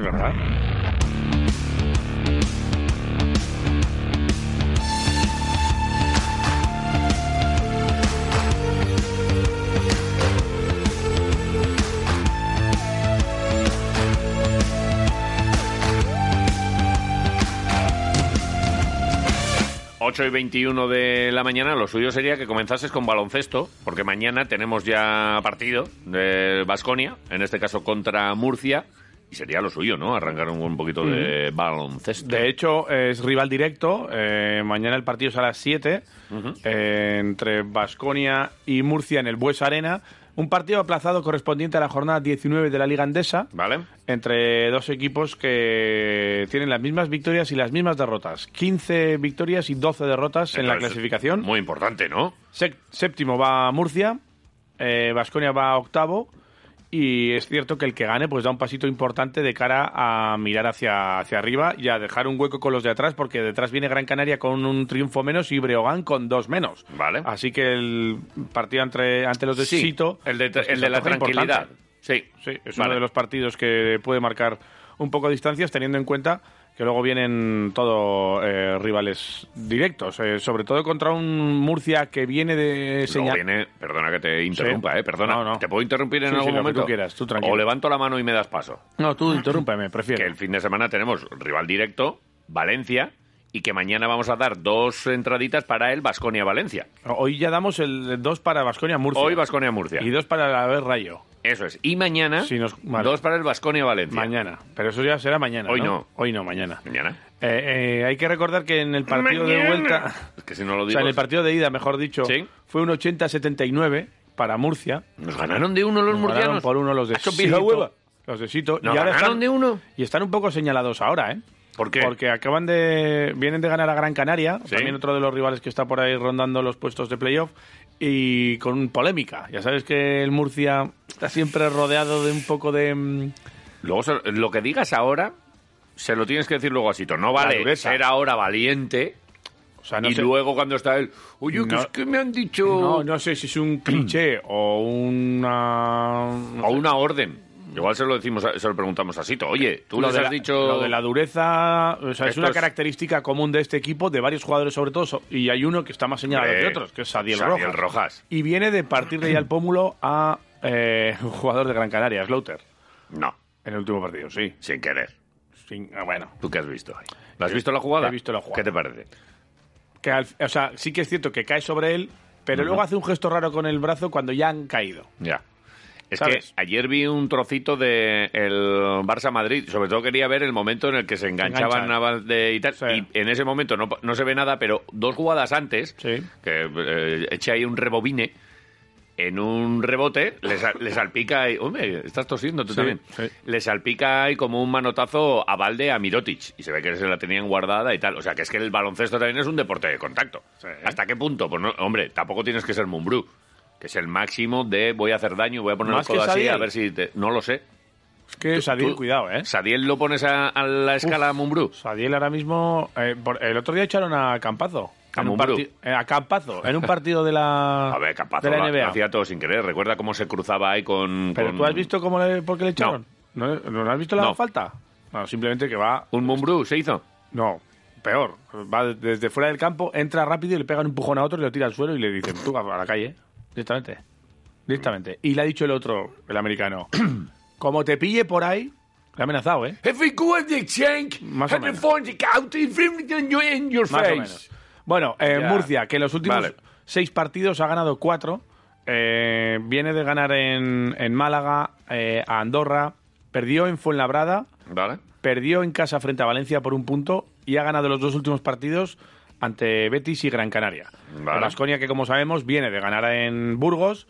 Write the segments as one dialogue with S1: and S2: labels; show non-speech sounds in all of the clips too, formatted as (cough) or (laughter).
S1: ¿Verdad? Ocho y 21 de la mañana, lo suyo sería que comenzases con baloncesto, porque mañana tenemos ya partido de Basconia, en este caso contra Murcia, y sería lo suyo, ¿no? Arrancar un, un poquito de baloncesto.
S2: De hecho, es rival directo. eh, mañana el partido es a las 7 eh, entre Basconia y Murcia en el Bues Arena. Un partido aplazado correspondiente a la jornada 19 de la Liga Andesa.
S1: ¿Vale?
S2: Entre dos equipos que tienen las mismas victorias y las mismas derrotas. 15 victorias y 12 derrotas en la
S1: Entonces,
S2: clasificación.
S1: Muy importante, ¿no?
S2: Sec- séptimo va Murcia, Vasconia va octavo y es cierto que el que gane pues da un pasito importante de cara a mirar hacia, hacia arriba y a dejar un hueco con los de atrás porque detrás viene Gran Canaria con un triunfo menos y Breogán con dos menos.
S1: Vale.
S2: Así que el partido entre, ante los de
S1: Sí,
S2: Sito...
S1: el de,
S2: pues,
S1: el de la
S2: se antoja
S1: tranquilidad.
S2: importante.
S1: Sí,
S2: Sí, es
S1: Vale.
S2: uno de los partidos que puede marcar un poco distancias teniendo en cuenta que luego vienen todo eh, rivales directos, eh, sobre todo contra un Murcia que viene de
S1: Luego
S2: señal.
S1: viene, perdona que te interrumpa, ¿eh? Perdona,
S2: No, no.
S1: ¿te puedo interrumpir en
S2: Sí, sí,
S1: algún
S2: lo que tú
S1: momento?
S2: quieras, tú tranquilo.
S1: O levanto la mano y me das paso.
S2: No, tú interrúmpeme, prefiero.
S1: Que el fin de semana tenemos rival directo, Valencia, y que mañana vamos a dar dos entraditas para el Basconia-Valencia.
S2: Hoy ya damos el 2 para Vasconia Murcia.
S1: Hoy Basconia-Murcia.
S2: Y dos para la vez Rayo.
S1: Eso es. Y mañana,
S2: Sí, nos- vale.
S1: dos para el Basconia-Valencia.
S2: Mañana. Pero eso ya será mañana.
S1: Hoy no.
S2: Hoy no, mañana.
S1: Mañana.
S2: Eh, eh, hay que recordar que en el partido de
S1: Mañana.
S2: vuelta.
S1: Es que si no lo
S2: O
S1: digo...
S2: sea, en el partido de ida, mejor dicho,
S1: Sí.
S2: fue un 80-79 para Murcia.
S1: Nos ganaron de uno los
S2: Nos
S1: murcianos.
S2: ganaron por uno los de
S1: Eso
S2: Sito.
S1: pisa hueva.
S2: Los de Sito.
S1: Nos
S2: y ahora
S1: ganaron
S2: están,
S1: de uno.
S2: Y están un poco señalados ahora, ¿eh?
S1: ¿Por qué?
S2: Porque acaban de. Vienen de ganar a Gran Canaria,
S1: Sí.
S2: también otro de los rivales que está por ahí rondando los puestos de playoff, y con polémica. Ya sabes que el Murcia está siempre rodeado de un poco de. mm,
S1: Luego, se- lo que digas ahora, se lo tienes que decir luego a Sito. No vale
S2: dureza.
S1: ser ahora valiente
S2: O sea, no
S1: y
S2: sé,
S1: luego cuando está él, oye, que
S2: No.
S1: es que me han dicho...
S2: No, no sé si es un cliché o una. no
S1: O
S2: sé.
S1: una orden. Igual se lo decimos, a- se lo preguntamos a Sito. Oye, tú les
S2: de
S1: has
S2: la,
S1: dicho...
S2: lo de la dureza o sea, es
S1: Esto
S2: una
S1: es-
S2: característica común de este equipo, de varios jugadores sobre todo, so- y hay uno que está más señalado
S1: Hombre,
S2: que otros, que es Sadiel
S1: Sadiel
S2: Rojas.
S1: Rojas.
S2: Y viene de partirle ya el pómulo a eh, (laughs) un jugador de Gran Canaria, Slaughter,
S1: No,
S2: en el último partido, sí.
S1: sin querer.
S2: Sin- ah, bueno,
S1: ¿Tú qué has visto? ¿La has visto la jugada?
S2: He visto la jugada.
S1: ¿Qué te parece?
S2: que al- o sea, sí que es cierto que cae sobre él, pero luego hace un gesto raro con el brazo cuando ya han caído.
S1: Ya. Es
S2: ¿Sabes?
S1: que ayer vi un trocito de el Barça Madrid. Sobre todo quería ver el momento en el que se enganchaban
S2: Enganchan.
S1: a Valde y tal.
S2: Sí.
S1: Y en ese momento no, no se ve nada, pero dos jugadas antes,
S2: Sí.
S1: que eh, eché ahí un rebobine, en un rebote, le, sa- le salpica ahí. Hombre, estás tosiendo tú
S2: Sí,
S1: también.
S2: sí.
S1: Le salpica ahí como un manotazo a Valde a Mirotic. Y se ve que se la tenían guardada y tal. O sea, que es que el baloncesto también es un deporte de contacto.
S2: Sí.
S1: ¿Hasta qué punto? Pues no, hombre, tampoco tienes que ser Mumbrú, que es el máximo de voy a hacer daño, voy a poner
S2: ¿Más
S1: el
S2: que
S1: codo así,
S2: Sadiel?
S1: a ver si te... No lo sé.
S2: Es que Sadiel,
S1: Tú-
S2: cuidado, ¿eh?
S1: ¿Sadiel lo pones a, a la escala Mumbrú?
S2: Sadiel ahora mismo... eh, por- el otro día echaron a Campazo.
S1: A
S2: En un
S1: Mumbrú.
S2: parti- eh, a Campazo, en un partido de la,
S1: A ver, capaz,
S2: de la
S1: lo- lo
S2: NBA.
S1: hacía todo sin querer. Recuerda cómo se cruzaba ahí con...
S2: Pero
S1: con-
S2: tú has visto cómo le, por qué le echaron. ¿No, ¿No has visto la
S1: No.
S2: falta? No, simplemente que va.
S1: ¿Un Mumbrú se hizo?
S2: No, peor. Va de- desde fuera del campo, entra rápido y le pega un empujón a otro y lo tira al suelo y le dicen, tú a la calle, directamente. Directamente. Y le ha dicho el otro, el americano, (clears throat) como te pille por ahí, le ha amenazado, ¿eh? Más o menos. Más o menos. Bueno, eh,
S1: Ya.
S2: Murcia, que en los últimos
S1: Vale.
S2: seis partidos ha ganado cuatro. Eh, viene de ganar en, en Málaga, eh, a Andorra, perdió en Fuenlabrada.
S1: Vale.
S2: perdió en casa frente a Valencia por un punto y ha ganado los dos últimos partidos ante Betis y Gran Canaria.
S1: Vale.
S2: El Baskonia, que como sabemos, viene de ganar en Burgos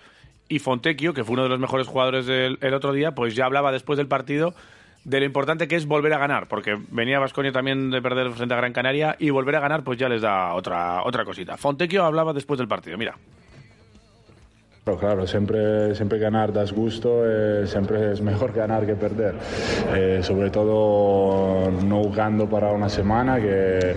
S2: y Fontecchio, que fue uno de los mejores jugadores del el otro día, pues ya hablaba después del partido de lo importante que es volver a ganar, porque venía Vasconia también de perder frente a Gran Canaria y volver a ganar pues ya les da otra, otra cosita. Fontecchio hablaba después del partido, mira.
S3: Pero claro, siempre, siempre ganar das gusto, eh, siempre es mejor (laughs) ganar que perder. Eh, sobre todo no jugando para una semana, que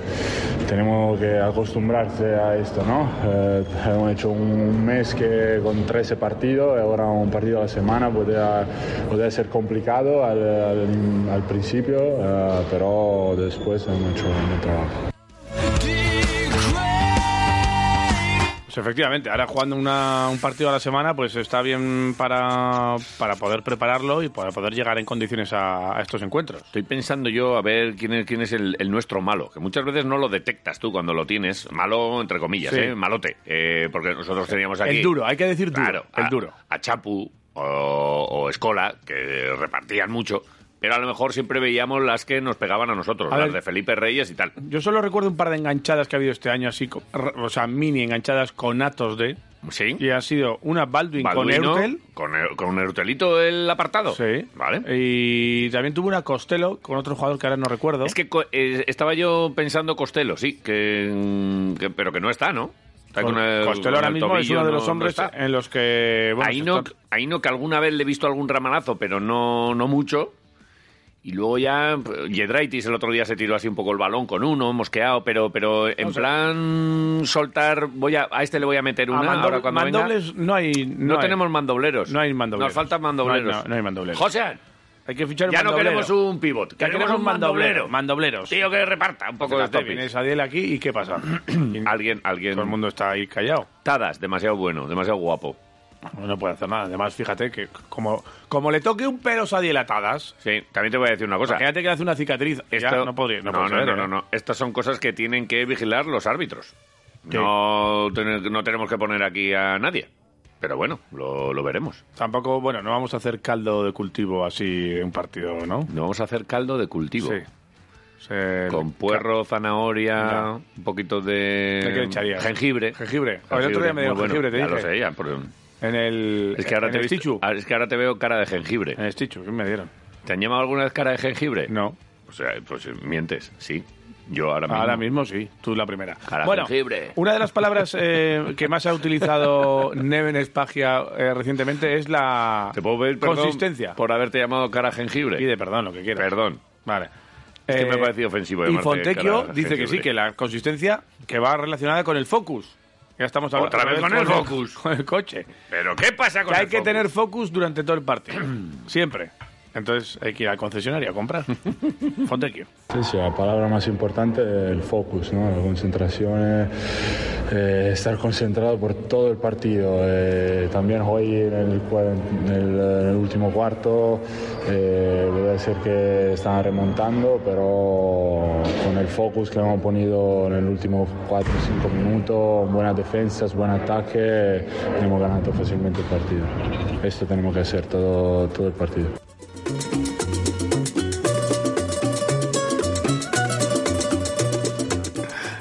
S3: tenemos que acostumbrarse a esto, ¿no? Eh, hemos hecho un mes que con 13 partidos, ahora un partido a la semana podía, podía ser complicado al, al- al principio, eh, pero después hemos hecho un buen trabajo.
S2: Pues efectivamente, ahora jugando una- un partido a la semana, pues está bien para, para poder prepararlo y para poder llegar en condiciones a, a estos encuentros.
S1: Estoy pensando yo a ver quién es, quién es el, el nuestro malo, que muchas veces no lo detectas tú cuando lo tienes. Malo, entre comillas,
S2: Sí.
S1: ¿eh? Malote. Eh, porque nosotros teníamos aquí...
S2: El duro, hay que decir duro.
S1: Claro,
S2: el
S1: a-
S2: duro.
S1: A Chapu o, o Escola, que repartían mucho, pero a lo mejor siempre veíamos las que nos pegaban a nosotros,
S2: A
S1: las
S2: ver.
S1: de Felipe Reyes y tal.
S2: Yo solo recuerdo un par de enganchadas que ha habido este año, así, co- r- o sea, mini enganchadas con atos de.
S1: Sí.
S2: Y ha sido una Baldwin
S1: Balduino,
S2: con Eurtel.
S1: Con, Eu- con Eutelito el apartado.
S2: Sí.
S1: Vale.
S2: Y también tuvo una Costello con otro jugador que ahora no recuerdo.
S1: Es que co- eh, estaba yo pensando Costello, sí, que, que- pero que no está, ¿no? Está
S2: Con-
S1: con el-
S2: Costello
S1: con
S2: ahora
S1: el
S2: mismo es
S1: tobillo,
S2: uno de
S1: no-
S2: los
S1: no
S2: hombres
S1: está.
S2: en los que. bueno,
S1: ahí,
S2: se
S1: no,
S2: está-
S1: ahí no que alguna vez le he visto algún ramalazo, pero no, no mucho. Y luego ya p- Yedraitis el otro día se tiró así un poco el balón con uno, mosqueado, pero, pero en
S2: O sea-
S1: plan soltar, voy a, a este le voy a meter
S2: a
S1: una
S2: mandoble-
S1: ahora cuando venga.
S2: Ah, mandobles no hay.
S1: No,
S2: hay.
S1: tenemos mandobleros.
S2: no hay mandobleros.
S1: Nos faltan mandobleros.
S2: No hay- no- no hay mandobleros.
S1: José,
S2: Hay que fichar un
S1: ya no
S2: mandoblero.
S1: queremos un pivot.
S2: Ya
S1: Queremos, un mandoblero.
S2: mandoblero. Mandobleros.
S1: Tío que reparta un poco de este
S2: Exacto,
S1: stopping.
S2: Vienes a Diel aquí y
S1: (clears throat)
S2: ¿qué pasa? Y
S1: Alguien, alguien.
S2: Todo el mundo está ahí callado.
S1: Tadas, demasiado bueno, demasiado guapo.
S2: No, no puede hacer nada. Además, fíjate que como, como le toque un pelo a Diel atadas,
S1: Sí, también te voy a decir una cosa. eh,
S2: imagínate que le hace una cicatriz.
S1: Esto-
S2: Ya, no podría. No,
S1: no,
S2: puede
S1: no,
S2: ser,
S1: no,
S2: ¿eh?
S1: no, no. Estas son cosas que tienen que vigilar los árbitros.
S2: Sí.
S1: No, ten- no tenemos que poner aquí a nadie. Pero bueno, lo, lo veremos.
S2: Tampoco, bueno, no vamos a hacer caldo de cultivo así en un partido, ¿no?
S1: Nos vamos a hacer caldo de cultivo.
S2: Sí. Se-
S1: Con puerro, zanahoria,
S2: Ya.
S1: un poquito
S2: ¿De qué le
S1: de
S2: echarías?
S1: jengibre.
S2: Jengibre. Ah, el otro día me dio
S1: muy
S2: jengibre, te
S1: ya
S2: dije.
S1: lo sé, ya, pero-
S2: En el.
S1: Es que, ahora
S2: en
S1: te he
S2: el Eh.
S1: visto-
S2: Stichu.
S1: ah, es que ahora te veo cara de jengibre.
S2: En el Stichu, ¿qué me dieron?
S1: ¿Te han llamado alguna vez cara de jengibre?
S2: No.
S1: O sea, pues mientes, sí. Yo ahora mismo.
S2: Ahora mismo sí, tú la primera.
S1: Cara
S2: bueno,
S1: jengibre.
S2: una de las palabras eh, que más
S1: (laughs)
S2: ha utilizado Neven Espagia eh, recientemente es la
S1: ¿Te puedo pedir perdón
S2: consistencia.
S1: por haberte llamado cara a jengibre?
S2: Pide perdón, lo que quieras.
S1: Perdón.
S2: Vale. Eh,
S1: Es que me ha parecido ofensivo eh,
S2: Y
S1: llamarte
S2: Fontecchio
S1: cara
S2: dice que sí,
S1: jengibre.
S2: que la consistencia que va relacionada con el focus. Ya estamos hablando
S1: Otra vez con el focus.
S2: (laughs) Con el coche.
S1: ¿Pero qué pasa con
S2: Que hay
S1: el
S2: que
S1: focus?
S2: tener focus durante todo el partido.
S1: (clears throat)
S2: Siempre. Entonces hay que ir al concesionario a
S1: (laughs)
S2: comprar. Fontecchio.
S3: Sí, sí, la palabra más importante es el focus, ¿no? la concentración, eh, estar concentrado por todo el partido. eh, también hoy en el, cua- en el, eh, en el último cuarto, eh, voy a decir que estaban remontando, pero con el focus que hemos ponido en el último 4 o 5 minutos, buenas defensas, buen ataque, hemos ganado fácilmente el partido. Esto tenemos que hacer todo, todo el partido.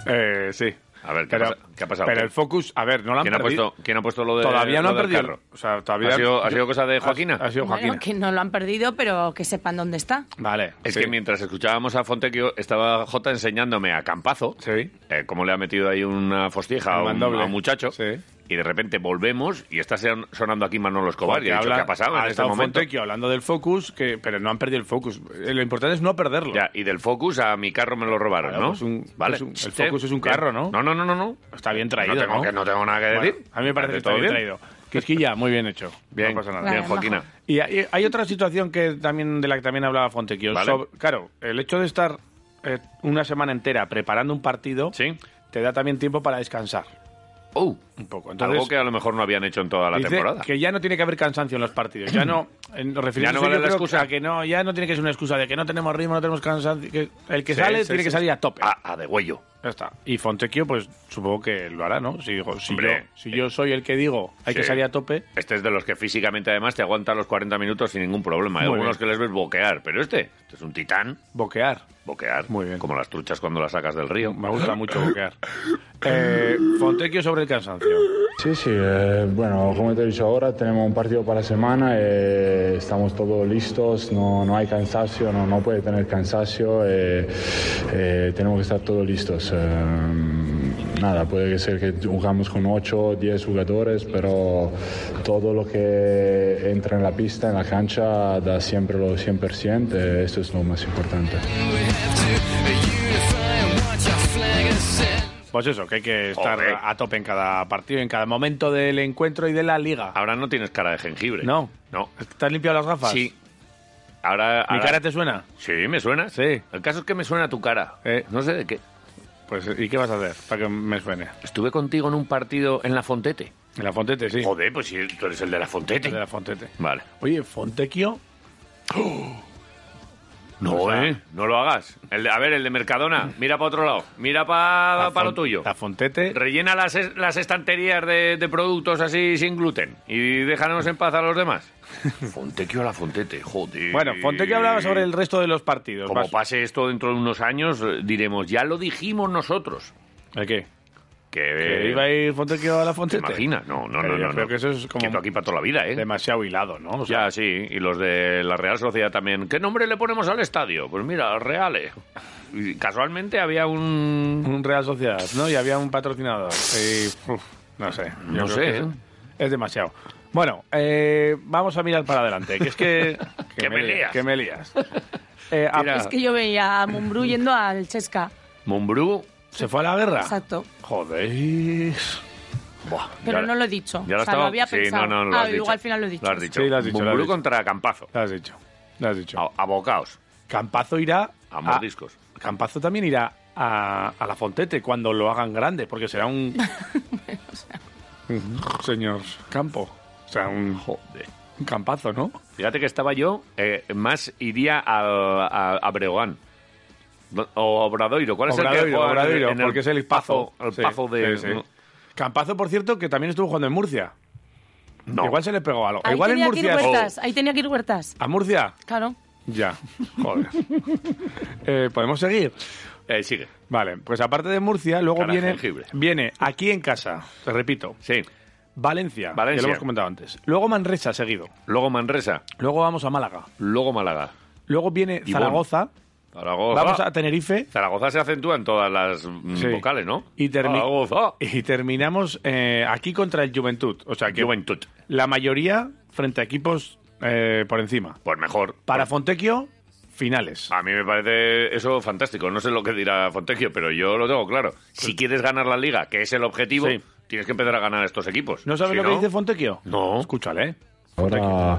S2: Eh, sí.
S1: A ver, ¿qué ha pasa- qué ha pasado?
S2: Pero
S1: ¿Qué?
S2: el focus, a ver, no lo han
S1: ¿Quién ha,
S2: perdido.
S1: puesto, ¿Quién ha puesto lo de
S2: Todavía no
S1: lo
S2: han
S1: del
S2: perdido.
S1: carro?
S2: O sea, todavía.
S1: ¿Ha sido, ha sido cosa de
S2: Ha-
S1: Joaquina?
S2: Ha, sido Joaquina.
S4: Bueno, que no lo han perdido, pero que sepan dónde está.
S2: Vale.
S1: Es
S2: sí.
S1: que mientras escuchábamos a Fontecchio, estaba Jota enseñándome a Campazo
S2: Sí.
S1: eh, cómo le ha metido ahí una fostija a
S2: El
S1: un,
S2: mandoble.
S1: a un muchacho.
S2: Sí.
S1: Y de repente volvemos y está sean- sonando aquí Manolo Escobar. Y ha dicho,
S2: habla-
S1: ¿qué ha pasado en este
S2: estado
S1: momento?
S2: Fontecchio hablando del focus, que, pero no han perdido el focus. Eh, Lo importante es no perderlo.
S1: Ya, y del Focus a mi carro me lo robaron,
S2: Claro,
S1: ¿no?
S2: pues un-
S1: vale.
S2: es un- el
S1: Sí,
S2: Focus es un
S1: bien.
S2: carro, ¿no?
S1: No, no, no, no. no.
S2: Está bien traído.
S1: no, tengo
S2: ¿no?
S1: que- no tengo nada que
S2: Bueno,
S1: decir.
S2: a mí me parece que está bien traído. Quisquilla, muy bien hecho.
S1: Bien,
S2: No pasa nada.
S4: Vale,
S1: bien, Joaquina.
S4: majo.
S2: Y hay, hay otra situación que también de la que también hablaba Fontecchio.
S1: Vale.
S2: sobre- claro, el hecho de estar eh, una semana entera preparando un partido
S1: Sí.
S2: te da también tiempo para descansar
S1: Oh,
S2: un poco. Entonces,
S1: algo que a lo mejor no habían hecho en toda la
S2: dice
S1: temporada.
S2: que ya no tiene que haber cansancio en los partidos. Ya no, en, refiriéndose,
S1: Ya no vale
S2: yo
S1: la
S2: creo
S1: excusa.
S2: a que no, ya no tiene que ser una excusa de que no tenemos ritmo, no tenemos cansancio. que el que
S1: Sí,
S2: sale
S1: sí,
S2: tiene
S1: sí,
S2: que
S1: sí. Ah.
S2: salir a tope.
S1: A, a de huello.
S2: Ya está. Y Fontecchio, pues supongo que lo hará, ¿no? Si, digo- si, yo,
S1: Hombre,
S2: si yo soy el que digo hay que
S1: Sí.
S2: salir a tope,
S1: Este es de los que físicamente además te aguanta los 40 minutos sin ningún problema. Hay
S2: Muy
S1: algunos
S2: bien.
S1: que les ves boquear, pero este, este es un titán.
S2: boquear.
S1: Boquear.
S2: Muy bien.
S1: Como las truchas cuando las sacas del río.
S2: Me gusta mucho
S1: (laughs)
S2: boquear. Eh, Fontecchio sobre el cansancio.
S3: Sí, sí, eh, bueno, como te he dicho ahora, tenemos un partido para la semana, eh, estamos todos listos, no, no hay cansancio, no, no puede tener cansancio, eh, eh, tenemos que estar todos listos. eh, nada, puede ser que jugamos con 8 o 10 jugadores, pero todo lo que entra en la pista, en la cancha, da siempre lo 100%, eh, esto es lo más importante.
S2: Pues eso, que hay que estar
S1: Joder.
S2: a tope en cada partido, en cada momento del encuentro y de la liga.
S1: Ahora no tienes cara de jengibre.
S2: No.
S1: No.
S2: ¿Estás limpiado las gafas?
S1: Sí. Ahora,
S2: ¿Mi
S1: ahora-
S2: cara te suena?
S1: Sí, me suena.
S2: Sí.
S1: El caso es que me suena tu cara.
S2: Eh.
S1: No sé de qué.
S2: Pues, ¿y qué vas a hacer para que me suene?
S1: Estuve contigo en un partido en la Fontete.
S2: En la Fontete, sí.
S1: Joder, pues si tú eres el de la Fontete.
S2: De la Fontete.
S1: Vale.
S2: Oye, Fontecchio.
S1: No,
S2: O sea-
S1: eh. No lo hagas. El de- a ver, el de Mercadona. Mira para otro lado. Mira para
S2: la
S1: lo
S2: Fon-
S1: tuyo.
S2: La Fontete.
S1: Rellena las, es- las estanterías de, de productos así sin gluten y déjanos en paz a los demás. (laughs) Fontequio a la Fontete, joder.
S2: Bueno, Fontecchio hablaba sobre el resto de los partidos.
S1: Como
S2: Vas-
S1: pase esto dentro de unos años, eh, diremos, ya lo dijimos nosotros.
S2: ¿El qué?
S1: Que,
S2: ¿Que iba a ir Fontecchio a la
S1: Eh, ¿Te
S2: Fontete?
S1: imaginas? No, no,
S2: Eh,
S1: no.
S2: yo
S1: no,
S2: creo
S1: no.
S2: que eso es como-
S1: Quieto aquí para toda la vida, ¿eh?
S2: Demasiado hilado, ¿no? O sea,
S1: Ya, sí. Y los de la Real Sociedad también. ¿Qué nombre le ponemos al estadio? Pues mira, Reales. Y casualmente había un...
S2: un Real Sociedad, ¿no? Y había un patrocinador. Y, uf, no sé. Yo
S1: No
S2: creo
S1: sé,
S2: que
S1: ¿eh?
S2: Es, es demasiado. Bueno, eh, vamos a mirar para adelante. Que
S1: (laughs)
S2: es que.
S1: Que me
S2: lía-
S1: lías.
S2: Que
S1: (laughs)
S2: me lías. Eh, a-
S1: Mira.
S4: Es que yo veía a Mumbrú yendo al Chesca.
S1: Mumbrú.
S2: ¿Se fue a la guerra?
S4: Exacto.
S2: Joder.
S1: Buah,
S4: Pero
S1: ya-
S4: no lo he dicho.
S1: Ya lo
S4: o sea,
S1: estaba-
S4: lo había
S1: sí,
S4: pensado.
S1: No, no, lo
S4: ah,
S1: has dicho.
S4: luego al final lo he dicho.
S1: Lo has dicho.
S2: Sí, lo has dicho, lo has
S1: Mumbrú
S2: dicho.
S1: contra Campazo.
S2: Lo has dicho. Lo has dicho.
S1: A- Abocaos.
S2: Campazo irá.
S1: A mordiscos.
S2: Campazo también irá a, a la Fontete cuando lo hagan grande, porque será
S4: (laughs)
S2: un. un Señor Campo. O sea, un,
S1: Joder.
S2: un campazo, ¿no?
S1: Fíjate que estaba yo, eh, más iría al- a, a Breogán. No, O Obradoiro. ¿Cuál es el que
S2: Obradoiro,
S1: juega en el-
S2: Obradoiro,
S1: en
S2: porque es el Pazo.
S1: El
S2: Sí,
S1: Pazo de...
S2: sí, sí. Campazo, por cierto, que también estuvo jugando en Murcia.
S1: No.
S2: Igual se le pegó algo.
S4: Ahí
S2: Igual en
S4: tenía que ir
S2: Murcia.
S4: huertas. Ahí tenía que ir huertas.
S2: ¿A Murcia?
S4: Claro.
S2: Ya.
S4: (laughs)
S2: Joder. Eh, ¿Podemos seguir?
S1: Eh, sigue.
S2: Vale, pues aparte de Murcia, luego
S1: Cara,
S2: viene,
S1: jengibre.
S2: viene aquí en casa, te repito,
S1: Sí.
S2: Valencia,
S1: Valencia.
S2: que lo hemos comentado antes. Luego Manresa seguido.
S1: Luego Manresa.
S2: Luego vamos a Málaga.
S1: Luego Málaga.
S2: Luego viene
S1: Y
S2: Zaragoza.
S1: Zaragoza.
S2: Vamos a Tenerife.
S1: Zaragoza se acentúa en todas las mm,
S2: Sí.
S1: vocales, ¿no?
S2: Y, termi-
S1: Zaragoza.
S2: y terminamos eh, aquí contra el Juventud. O sea, que
S1: Juventud.
S2: la mayoría frente a equipos eh, por encima.
S1: Pues mejor.
S2: Para Fontecchio, finales.
S1: A mí me parece eso fantástico. No sé lo que dirá Fontecchio, pero yo lo tengo claro. Si quieres ganar la liga, que es el objetivo,
S2: Sí.
S1: tienes que empezar a ganar estos equipos.
S2: ¿No sabes
S1: Si
S2: lo que dice Fontecchio?
S1: No.
S2: Escúchale. ¿eh?
S3: Ahora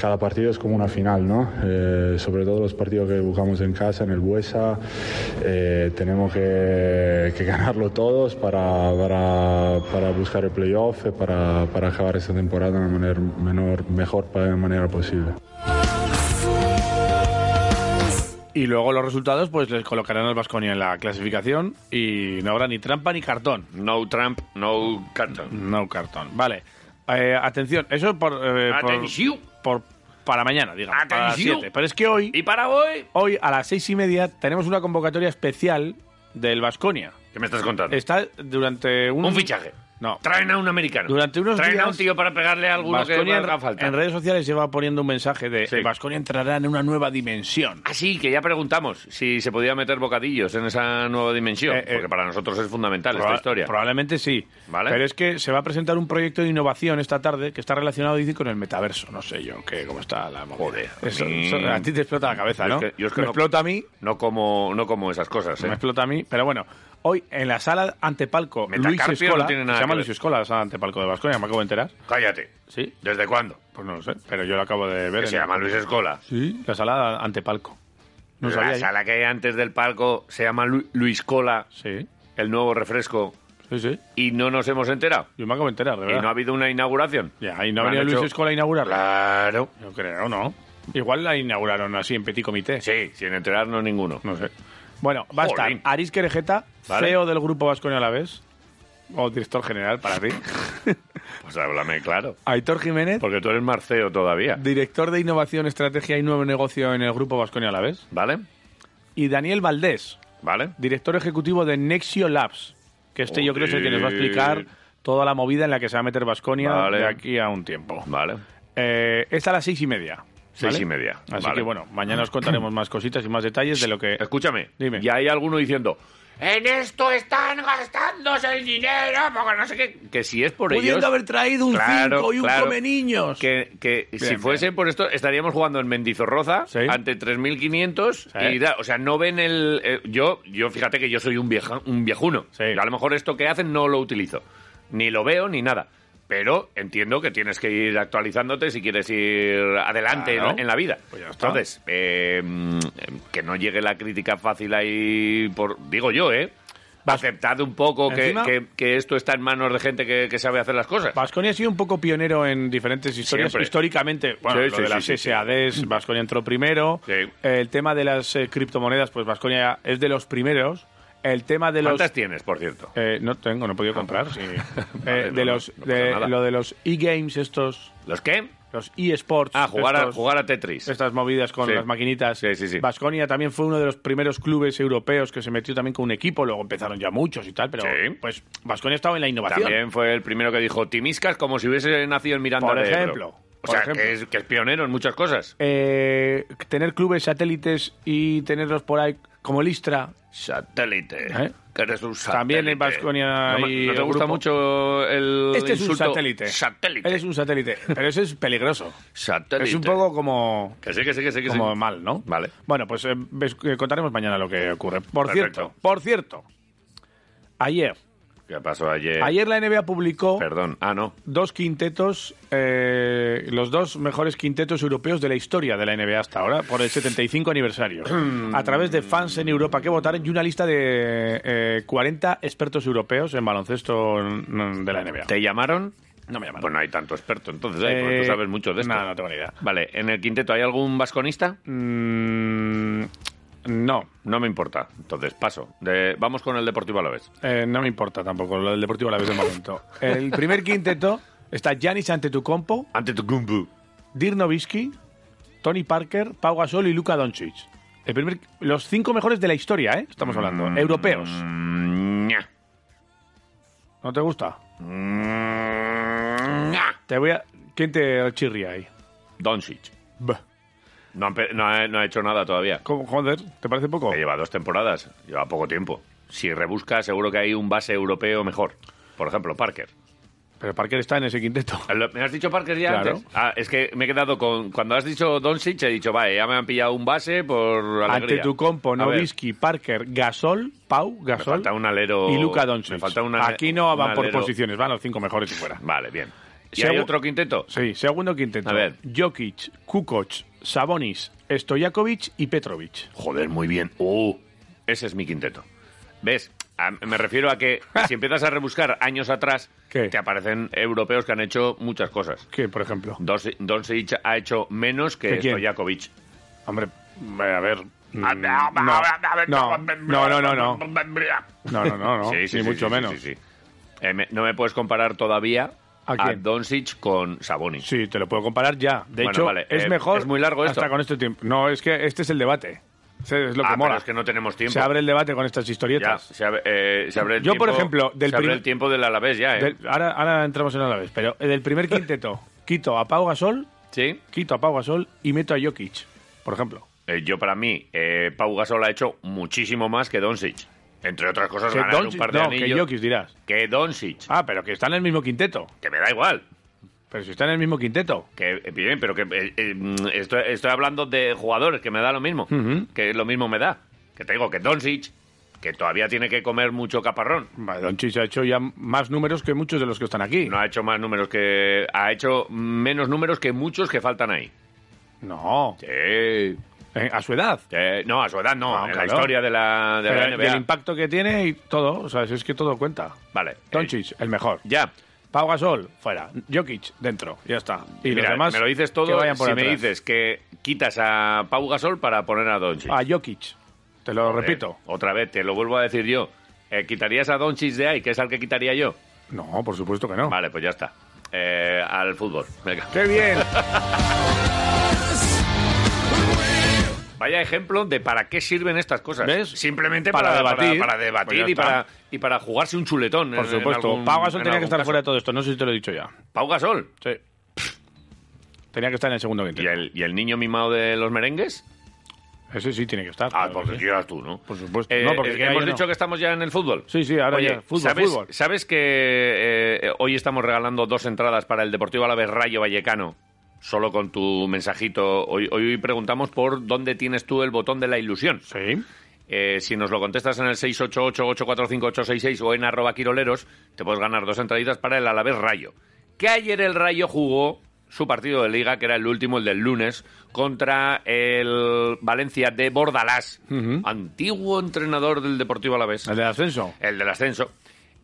S3: cada partido es como una final, ¿no? Eh, sobre todo los partidos que jugamos en casa, en el Buesa, eh, tenemos que, que ganarlo todos para, para, para buscar el playoff, eh, para, para acabar esta temporada de la manera menor, mejor pa- manera posible.
S2: Y luego los resultados, pues les colocarán al Vasconia en la clasificación y no habrá ni trampa ni cartón.
S1: No Trump, no Carton.
S2: No cartón. Vale. Eh, atención, eso por, eh, por-
S1: Atención.
S2: por- para mañana, digamos. Para las
S1: Atención.
S2: 7. Pero es que hoy,
S1: Y para hoy,
S2: hoy a las seis y media tenemos una convocatoria especial del Vasconia.
S1: ¿qué me estás contando?
S2: Está durante un,
S1: Un fichaje.
S2: No.
S1: Traen a un americano.
S2: Durante unos
S1: Traen a
S2: días-
S1: un tío para pegarle a alguno
S2: Baskonia
S1: que le haga falta.
S2: en, en redes sociales lleva poniendo un mensaje de
S1: Sí.
S2: el Vasconia entrará en una nueva dimensión.
S1: Así Ah, que ya preguntamos si se podía meter bocadillos en esa nueva dimensión,
S2: Eh, eh.
S1: porque para nosotros es fundamental
S2: Proba-
S1: esta historia.
S2: Probablemente sí.
S1: Vale.
S2: Pero es que se va a presentar un proyecto de innovación esta tarde que está relacionado, dicen, con el metaverso. No sé yo qué, cómo está la movida.
S1: Joder, a
S2: Eso-
S1: mí-
S2: eso- a, ti te explota la cabeza,
S1: Yo
S2: ¿no?
S1: es que- yo es que
S2: me
S1: no-
S2: explota a mí,
S1: No como, no como esas cosas,
S2: me
S1: ¿eh?
S2: explota a mí. Pero bueno, hoy en la sala antepalco Luis
S1: Metacarpio no
S2: Escola,
S1: tiene nada
S2: se llama
S1: que
S2: Luis
S1: ver.
S2: Escola la sala antepalco de Vasconia, me acabo de enterar.
S1: Cállate.
S2: ¿Sí?
S1: ¿Desde cuándo?
S2: Pues no lo sé, pero yo lo acabo de ver.
S1: Que
S2: en
S1: se
S2: la-
S1: llama Luis Escola.
S2: Sí, la sala antepalco. No
S1: la
S2: sabía yo.
S1: sala que hay antes del palco se llama Lu- Luis Cola,
S2: Sí,
S1: el nuevo refresco,
S2: sí, sí.
S1: y no nos hemos enterado.
S2: Yo me acabo de enterar, de
S1: Y
S2: verdad.
S1: no ha habido una inauguración.
S2: Ya, ahí no
S1: Lo
S2: ha
S1: han
S2: venido
S1: hecho-
S2: Luis Escola a inaugurarla.
S1: Claro.
S2: Yo creo, ¿no? Igual la inauguraron así en petit comité.
S1: Sí, sin enterarnos ninguno.
S2: No sé. Bueno, va a estar
S1: Jolín.
S2: Aris Querejeta,
S1: Vale.
S2: CEO del Grupo Vasconia a la vez, o director general
S1: (laughs)
S2: para ti.
S1: Pues háblame claro.
S2: Aitor Jiménez,
S1: Porque tú eres Marceo todavía,
S2: director de Innovación, Estrategia y Nuevo Negocio en el Grupo Vasconia a la vez.
S1: ¿vale?
S2: Y Daniel Valdés,
S1: ¿Vale?
S2: director ejecutivo de Nexio Labs, que este yo creo es el que nos va a
S1: Joder.
S2: explicar toda la movida en la que se va a meter Vasconia
S1: Vale.
S2: de aquí a un tiempo.
S1: Vale.
S2: Eh, es a las seis y media.
S1: Seis
S2: Oh. ¿vale?
S1: y media.
S2: Así
S1: Vale.
S2: que bueno, mañana os contaremos más cositas y más detalles de lo que
S1: Escúchame,
S2: Dime.
S1: ya hay alguno diciendo, en esto están gastándose el dinero, porque no sé qué. Que si es por
S5: Pudiendo
S1: ellos.
S5: haber traído un
S1: Claro,
S5: 5 y un
S1: claro.
S5: come niños.
S1: Que, que si
S2: bien.
S1: fuese por esto, estaríamos jugando en Mendizorroza
S2: Sí.
S1: ante 3.500.
S2: Sí.
S1: Y da- o sea, no ven el. eh, yo, yo fíjate que yo soy un, vieja, un viejuno.
S2: Sí.
S1: A lo mejor esto que hacen no lo utilizo. Ni lo veo ni nada. Pero entiendo que tienes que ir actualizándote si quieres ir adelante en la-
S2: Claro.
S1: en la vida.
S2: Pues ya está.
S1: Entonces, eh, mm, que no llegue la crítica fácil ahí, por, digo yo, ¿eh? Aceptad un poco que,
S2: Encima-
S1: que- que esto está en manos de gente que, que sabe hacer las cosas.
S2: Vasconia ha sido un poco pionero en diferentes historias.
S1: Siempre.
S2: Históricamente, bueno,
S1: Sí,
S2: lo
S1: sí,
S2: de
S1: sí,
S2: las
S1: sí, sí.
S2: SADs, Vasconia entró primero.
S1: Sí.
S2: El tema de las eh, criptomonedas, pues Vasconia es de los primeros. El tema de los.
S1: ¿Cuántas tienes, por cierto?
S2: Eh, no tengo, no he podido comprar. sí.
S1: (laughs) Vale,
S2: Eh,
S1: no,
S2: de
S1: no,
S2: los,
S1: no pasa
S2: de,
S1: nada.
S2: lo de los e-games estos,
S1: ¿Los qué?
S2: los e-sports.
S1: Ah, jugar a,
S2: estos-
S1: jugar a Tetris.
S2: Estas movidas con
S1: Sí.
S2: las maquinitas.
S1: Sí, sí, sí.
S2: Vasconia también fue uno de los primeros clubes europeos que se metió también con un equipo. Luego empezaron ya muchos y tal, pero
S1: Sí.
S2: pues Vasconia estaba en la innovación.
S1: También fue el primero que dijo timiscas como si hubiese nacido en Miranda
S2: Por
S1: de Ebro".
S2: ejemplo,
S1: O
S2: por
S1: sea,
S2: ejemplo.
S1: Que, es, que es pionero en muchas cosas.
S2: Eh, tener clubes satélites y tenerlos por ahí como Listra.
S1: Satélite.
S2: ¿Eh?
S1: Que eres un satélite.
S2: También en Baskonia
S1: ¿No, me-
S2: hay
S1: ¿no te gusta
S2: el grupo?
S1: mucho el
S2: Este es un
S1: insulto?
S2: satélite.
S1: Satélite.
S2: Eres un satélite. Pero eso es peligroso.
S1: Satélite.
S2: Es un poco como,
S1: Que sí, que sí, que sí. Que sí.
S2: como mal, ¿no?
S1: Vale.
S2: Bueno, pues eh, ves- eh, contaremos mañana lo que ocurre. Por
S1: Perfecto.
S2: cierto, por cierto, ayer,
S1: ¿Qué pasó ayer?
S2: ayer la NBA publicó
S1: Perdón. Ah, no.
S2: dos quintetos, eh, los dos mejores quintetos europeos de la historia de la NBA hasta ahora, por el 75
S1: (clears throat)
S2: aniversario, a través de fans en Europa que votaron y una lista de eh, 40 expertos europeos en baloncesto mm, de la NBA.
S1: ¿Te llamaron?
S2: No me llaman.
S1: Pues no hay tanto experto, entonces, ahí, porque
S2: Eh,
S1: tú sabes mucho de esto.
S2: no, no tengo ni idea.
S1: Vale, ¿en el quinteto hay algún vasconista?
S2: Mm, no,
S1: No me importa, entonces paso. De- vamos con el Deportivo Alavés.
S2: eh, no me importa tampoco lo del Deportivo a la vez de momento. El primer quinteto está Giannis Antetokounmpo,
S1: Ante tu
S2: Dirk Nowitzki, Tony Parker, Pau Gasol y Luka Doncic. El primer, los cinco mejores de la historia, ¿eh? Estamos hablando.
S1: Mm.
S2: Europeos. ¿No te gusta?
S1: Mm,
S2: Te voy a... ¿Quién te chirría ahí?
S1: Doncic.
S2: Bah.
S1: No, ha empe- no ha, no ha hecho nada todavía.
S2: ¿Cómo, joder, ¿te parece poco?
S1: Que lleva dos temporadas, lleva poco tiempo. Si rebusca, seguro que hay un base europeo mejor. Por ejemplo, Parker.
S2: Pero Parker está en ese quinteto.
S1: Lo- ¿Me has dicho Parker ya
S2: Claro.
S1: antes? Ah, es que me he quedado con... Cuando has dicho Doncic, he dicho, vale, ya me han pillado un base por (laughs) alegría.
S2: Ante tu compo,
S1: A ver,
S2: Novisky, Parker, Gasol, Pau,
S1: Me
S2: Gasol
S1: falta un alero...
S2: y Luka Doncic.
S1: Me falta una,
S2: Aquí no
S1: un
S2: van por
S1: alero-
S2: posiciones, van los cinco mejores y fuera.
S1: Vale, bien. ¿Y
S2: Segu-
S1: hay otro quinteto?
S2: Sí, segundo quinteto.
S1: A ver.
S2: Jokic, Kukoc, Sabonis, Stojakovic y Petrovic.
S1: Joder, muy bien. Uh, ese es mi quinteto. ¿Ves? A- me refiero a
S2: (laughs)
S1: que si empiezas a rebuscar años atrás,
S2: ¿Qué?
S1: te aparecen europeos que han hecho muchas cosas.
S2: ¿Qué, por ejemplo?
S1: Dos- Doncic ha hecho menos
S2: ¿Que
S1: que
S2: quién?
S1: Stojakovic.
S2: Hombre, a ver... mm, No, no, no, no, no. No, no, no,
S1: (laughs)
S2: no.
S1: Sí, sí, sí,
S2: ni mucho
S1: sí,
S2: menos.
S1: sí, sí, sí. Eh, me- no me puedes comparar todavía
S2: ¿A
S1: a,
S2: quién?
S1: Doncic con Sabonis.
S2: Sí, te lo puedo comparar ya. De
S1: Bueno,
S2: hecho,
S1: vale.
S2: es
S1: Eh,
S2: mejor.
S1: es muy largo esto.
S2: Hasta con este tiempo. No, es que este es el debate. Ese Es lo que
S1: Ah,
S2: mola.
S1: pero es que no tenemos tiempo.
S2: Se abre el debate con estas
S1: Ya,
S2: historietas.
S1: se abre, eh, se abre el
S2: Yo,
S1: tiempo,
S2: por ejemplo, del
S1: se abre
S2: prim-
S1: el tiempo del Alavés ya, ¿eh?
S2: Del- ahora, ahora entramos en una vez. Pero del
S1: (laughs)
S2: primer quinteto, quito a Pau Gasol,
S1: Sí.
S2: quito a Pau Gasol y meto a Jokic, por ejemplo.
S1: Eh, yo para mí, eh, Pau Gasol ha hecho muchísimo más que Doncic. Entre otras cosas,
S2: Que
S1: Pues ganar un
S2: Doncic-
S1: par de
S2: no,
S1: anillos.
S2: que Jokic dirás.
S1: Que Doncic.
S2: Ah, pero que está en el mismo quinteto.
S1: Que me da igual.
S2: Pero si está en el mismo quinteto.
S1: Que, eh, bien, pero que eh, eh, mm, estoy, estoy hablando de jugadores, que me da lo mismo. Que lo mismo me da. Que te digo que Doncic, que todavía tiene que comer mucho caparrón.
S2: Vale, Doncic ha hecho ya más números que muchos de los que están aquí.
S1: No ha hecho más números que. Ha hecho menos números que muchos que faltan ahí.
S2: No.
S1: Sí.
S2: Eh, a su edad.
S1: Sí. no, a su edad no.
S2: No,
S1: en la
S2: claro.
S1: historia de la, de la
S2: Pero
S1: NBA.
S2: el impacto que tiene y todo, o sea, es que todo cuenta.
S1: Vale. Eh,
S2: Doncic, el mejor.
S1: ya.
S2: Pau Gasol, fuera. Jokic, dentro. Ya está. Y
S1: Mira,
S2: los demás
S1: me lo dices
S2: que
S1: todo
S2: vayan por
S1: si me
S2: atrás.
S1: dices que quitas a Pau Gasol para poner a Doncic.
S2: A Ah, Jokic. Te lo
S1: Joder,
S2: repito.
S1: Otra vez, te lo vuelvo a decir yo. Eh, ¿Quitarías a Doncic de ahí, que es al que quitaría yo?
S2: No, por supuesto que no.
S1: Vale, pues ya está. Eh, al fútbol. Venga.
S2: ¡Qué bien!
S1: (laughs) Vaya ejemplo de para qué sirven estas cosas.
S2: ¿Ves?
S1: Simplemente para,
S2: Para
S1: debatir,
S2: debatir.
S1: para, debatir
S2: Pues ya
S1: y,
S2: está.
S1: para, y para jugarse un chuletón. en-
S2: Por
S1: en
S2: supuesto.
S1: algún-
S2: Pau Gasol
S1: en
S2: tenía que
S1: algún
S2: estar
S1: caso.
S2: fuera de todo esto. No sé si te lo he dicho ya.
S1: Pau Gasol.
S2: Sí. Tenía que estar en el segundo
S1: ¿Y
S2: quinteto.
S1: el, y el niño mimado de los merengues?
S2: Ese sí tiene que estar.
S1: Ah,
S2: claro
S1: porque
S2: que sí.
S1: quieras tú, ¿no?
S2: Por supuesto.
S1: Eh,
S2: No, porque
S1: eh,
S2: quiera
S1: hemos
S2: yo no.
S1: dicho que estamos ya en el fútbol.
S2: Sí, sí, ahora
S1: Oye,
S2: ya, fútbol,
S1: ¿sabes,
S2: fútbol.
S1: ¿sabes que eh, hoy estamos regalando dos entradas para el Deportivo Alavés Rayo Vallecano? Solo con tu mensajito. Hoy, hoy preguntamos por dónde tienes tú el botón de la ilusión.
S2: Sí.
S1: Eh, si nos lo contestas en el 688-845-866 o en arroba quiroleros, te puedes ganar dos entraditas para el Alavés Rayo. Que ayer el Rayo jugó su partido de liga, que era el último, el del lunes, contra el Valencia de Bordalás, antiguo entrenador del Deportivo Alavés
S2: El del ascenso.
S1: el del ascenso.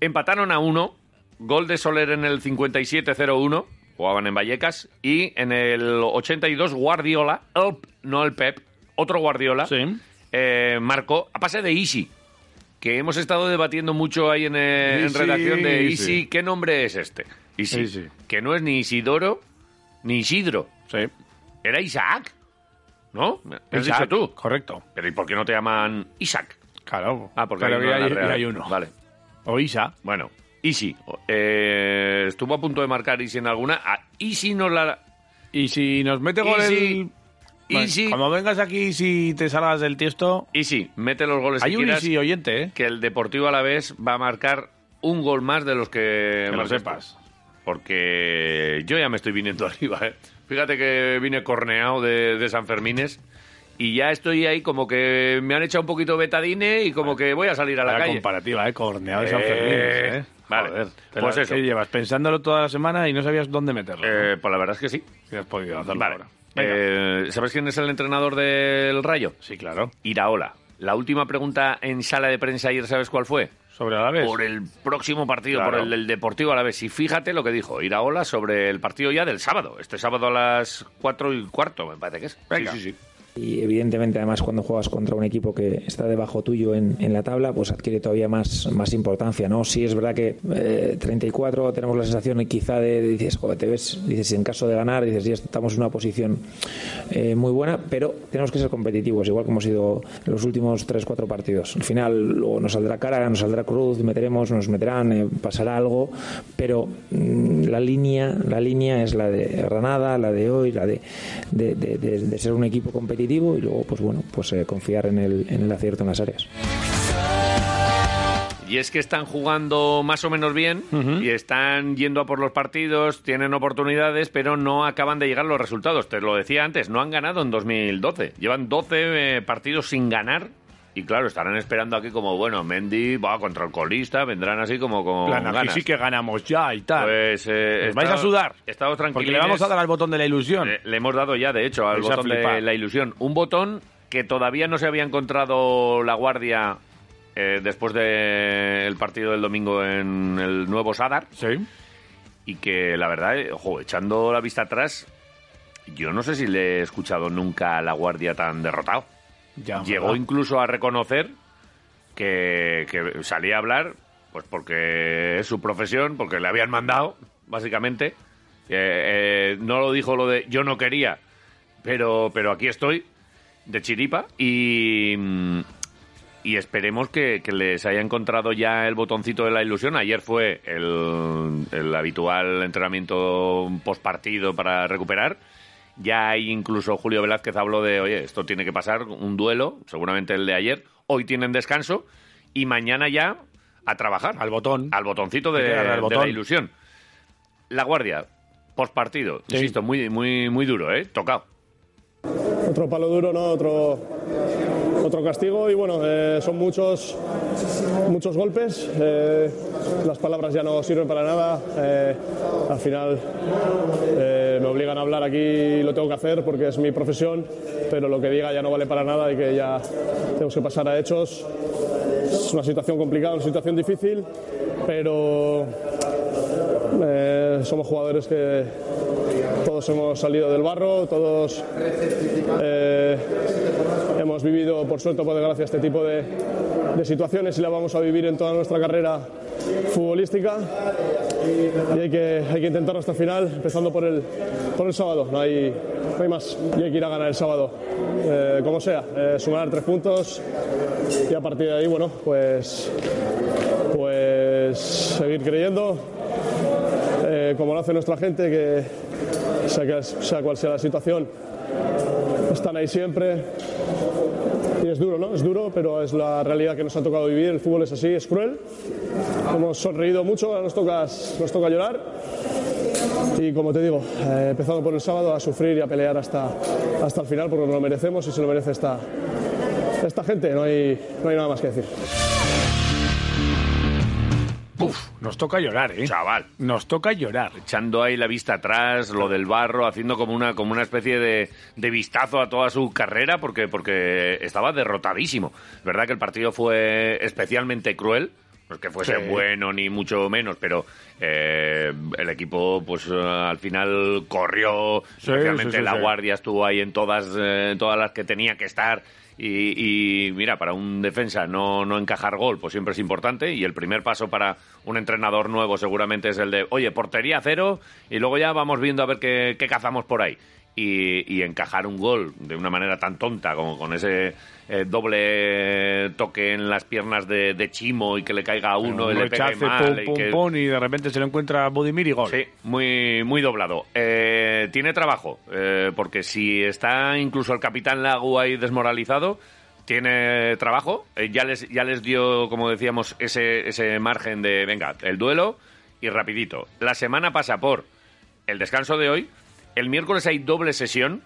S1: Empataron a uno, gol de Soler en el 57-01, jugaban en Vallecas, y en el 82 Guardiola, el- no el Pep, otro Guardiola,
S2: Sí.
S1: eh, marcó a pase de Isi, que hemos estado debatiendo mucho ahí en, eh, en
S2: Isi,
S1: redacción de
S2: Isi.
S1: Isi, ¿qué nombre es este? Isi,
S2: Isi.
S1: que no es ni Isidoro ni Isidro,
S2: Sí.
S1: era Isaac, ¿no? Me has
S2: Isaac,
S1: dicho tú.
S2: Correcto.
S1: Pero ¿y por qué no te llaman Isaac?
S2: Claro.
S1: Ah, porque
S2: Pero
S1: hay uno en
S2: ya
S1: la
S2: hay,
S1: Real.
S2: ya hay uno.
S1: Vale.
S2: O Isa.
S1: Bueno, Isi. eh, estuvo a punto de marcar Isi en alguna. A Isi no la.
S2: Y si nos mete
S1: Y
S2: gol
S1: si-
S2: el... Bueno,
S1: Isi.
S2: Cuando vengas aquí y si te salgas del tiesto...
S1: Isi, mete los goles
S2: Hay
S1: que
S2: un
S1: quieras.
S2: Isi oyente, ¿eh?
S1: Que el Deportivo a la vez va a marcar un gol más de los que.
S2: Que lo
S1: marques
S2: sepas.
S1: tú. Porque yo ya me estoy viniendo (laughs) arriba, ¿eh? Fíjate que vine corneado de, de San Fermines. Y ya estoy ahí como que me han echado un poquito betadine y como que voy a salir a la
S2: Vaya
S1: calle.
S2: comparativa, ¿eh? Corneado de
S1: Eh,
S2: San Fermín, ¿eh?
S1: vale.
S2: te
S1: Pues
S2: la-
S1: eso.
S2: ¿qué llevas pensándolo toda la semana y no sabías dónde meterlo.
S1: Eh, pues la verdad es que sí.
S2: ¿Qué has podido hacerlo
S1: Vale.
S2: ahora? Venga.
S1: Eh, ¿Sabes quién es el entrenador del Rayo?
S2: sí, claro.
S1: Iraola. La última pregunta en sala de prensa ayer, ¿sabes cuál fue?
S2: Sobre la vez.
S1: Por el próximo partido,
S2: Pues,
S1: por
S2: Claro.
S1: el del Deportivo a la vez. Y fíjate lo que dijo Iraola sobre el partido ya del sábado. Este sábado a las cuatro y cuarto, me parece que es.
S2: Venga.
S1: Sí, sí, sí.
S5: Y evidentemente, además, cuando juegas contra un equipo que está debajo tuyo en, en la tabla, pues adquiere todavía más, más importancia, ¿no? Sí es verdad que eh, 34 tenemos la sensación quizá de, de dices, joder, te ves, dices, en caso de ganar, dices, ya estamos en una posición eh, muy buena, pero tenemos que ser competitivos, igual que hemos sido en los últimos 3-4 partidos. Al final, luego nos saldrá cara, nos saldrá cruz, meteremos, nos meterán, eh, pasará algo, pero mm, la línea, la línea es la de Granada, la de hoy, la de, de, de- de- de ser un equipo competitivo y luego, pues bueno, pues eh, confiar en el, en el acierto en las áreas.
S1: Y es que están jugando más o menos bien y están yendo a por los partidos, tienen oportunidades, pero no acaban de llegar los resultados. Te lo decía antes, no han ganado en 2012. Llevan 12 eh, partidos sin ganar. Y claro, estarán esperando aquí como, bueno, Mendy va contra el colista, vendrán así como con
S2: Plan, aquí
S1: ganas.
S2: sí que ganamos ya y tal.
S1: Pues eh,
S2: Os vais a
S1: estado-
S2: sudar.
S1: Estado
S2: porque
S1: tranquilo.
S2: le vamos a dar al botón de la ilusión.
S1: Le, le hemos dado ya, de hecho, al
S2: Vais a
S1: botón de
S2: flipar.
S1: la ilusión. Un botón que todavía no se había encontrado la guardia eh, después del partido del domingo en el nuevo Sadar.
S2: Sí.
S1: Y que la verdad, eh, ojo, echando la vista atrás, yo no sé si le he escuchado nunca a la guardia tan derrotado.
S2: Ya,
S1: Llegó
S2: ¿verdad?
S1: incluso a reconocer que, que salía a hablar, pues porque es su profesión, porque le habían mandado, básicamente. Eh, eh, no lo dijo lo de yo no quería, pero, pero aquí estoy, de chiripa, y, mm, y esperemos que, que les haya encontrado ya el botoncito de la ilusión. Ayer fue el, el habitual entrenamiento post partido para recuperar. Ya hay incluso Julio Velázquez habló de, oye, esto tiene que pasar, un duelo, seguramente el de ayer. Hoy tienen descanso y mañana ya a trabajar.
S2: Al botón.
S1: Al botoncito de,
S2: Hay que darle al
S1: de
S2: botón.
S1: la ilusión. La Guardia, post partido,
S2: Sí.
S1: insisto, muy, muy, muy duro, ¿eh? Tocado.
S6: Otro palo duro, ¿no? Otro, otro castigo y bueno, eh, son muchos, muchos golpes. eh, las palabras ya no sirven para nada. eh, al final eh, me obligan a hablar aquí y lo tengo que hacer porque es mi profesión, pero lo que diga ya no vale para nada y que ya tenemos que pasar a hechos. Es una situación complicada, una situación difícil, pero eh, somos jugadores que todos hemos salido del barro, todos eh, hemos vivido, por suerte o por desgracia, este tipo de, de situaciones y la vamos a vivir en toda nuestra carrera futbolística. Y hay que, hay que intentarlo hasta el final, empezando por el, por el sábado. No hay, no hay más. Y hay que ir a ganar el sábado, eh, como sea. eh, sumar tres puntos y a partir de ahí, bueno, pues, pues seguir creyendo, eh, como lo hace nuestra gente, que sea, que- sea cual sea la situación, están ahí siempre. Y es duro, ¿no? Es duro, pero es la realidad que nos ha tocado vivir. El fútbol es así, es cruel. Hemos sonreído mucho, ahora nos, toca- nos toca llorar. Y como te digo, eh, empezando por el sábado a sufrir y a pelear hasta, hasta el final porque nos lo merecemos y se lo merece esta, esta gente. No hay, no hay nada más que decir.
S2: Nos toca llorar, ¿eh?
S1: Chaval.
S2: Nos toca llorar.
S1: echando ahí la vista atrás, lo del barro, haciendo como una, como una especie de, de vistazo a toda su carrera, porque, porque estaba derrotadísimo. Es verdad que el partido fue especialmente cruel, no es que fuese
S2: Sí.
S1: bueno ni mucho menos, pero eh, el equipo pues eh, al final corrió,
S2: Sí,
S1: especialmente
S2: sí, sí,
S1: la
S2: sí.
S1: guardia estuvo ahí en todas, eh, en todas las que tenía que estar. Y, y, mira, para un defensa no, no encajar gol, pues siempre es importante. Y el primer paso para un entrenador nuevo seguramente es el de, oye, portería cero y luego ya vamos viendo a ver qué, qué cazamos por ahí. Y, y encajar un gol de una manera tan tonta, como con ese eh, doble toque en las piernas de, de Chimo y que le caiga a uno y
S2: Un
S1: le pegue
S2: rechace,
S1: mal.
S2: pum,
S1: y
S2: pum,
S1: que-
S2: pum, y de repente se lo encuentra Bodimir y gol.
S1: Sí, muy, muy doblado. Eh, tiene trabajo, eh, porque si está incluso el capitán Lagu ahí desmoralizado, tiene trabajo. Eh, ya, les, ya les dio, como decíamos, ese, ese margen de, venga, el duelo y rapidito. La semana pasa por el descanso de hoy. El miércoles hay doble sesión.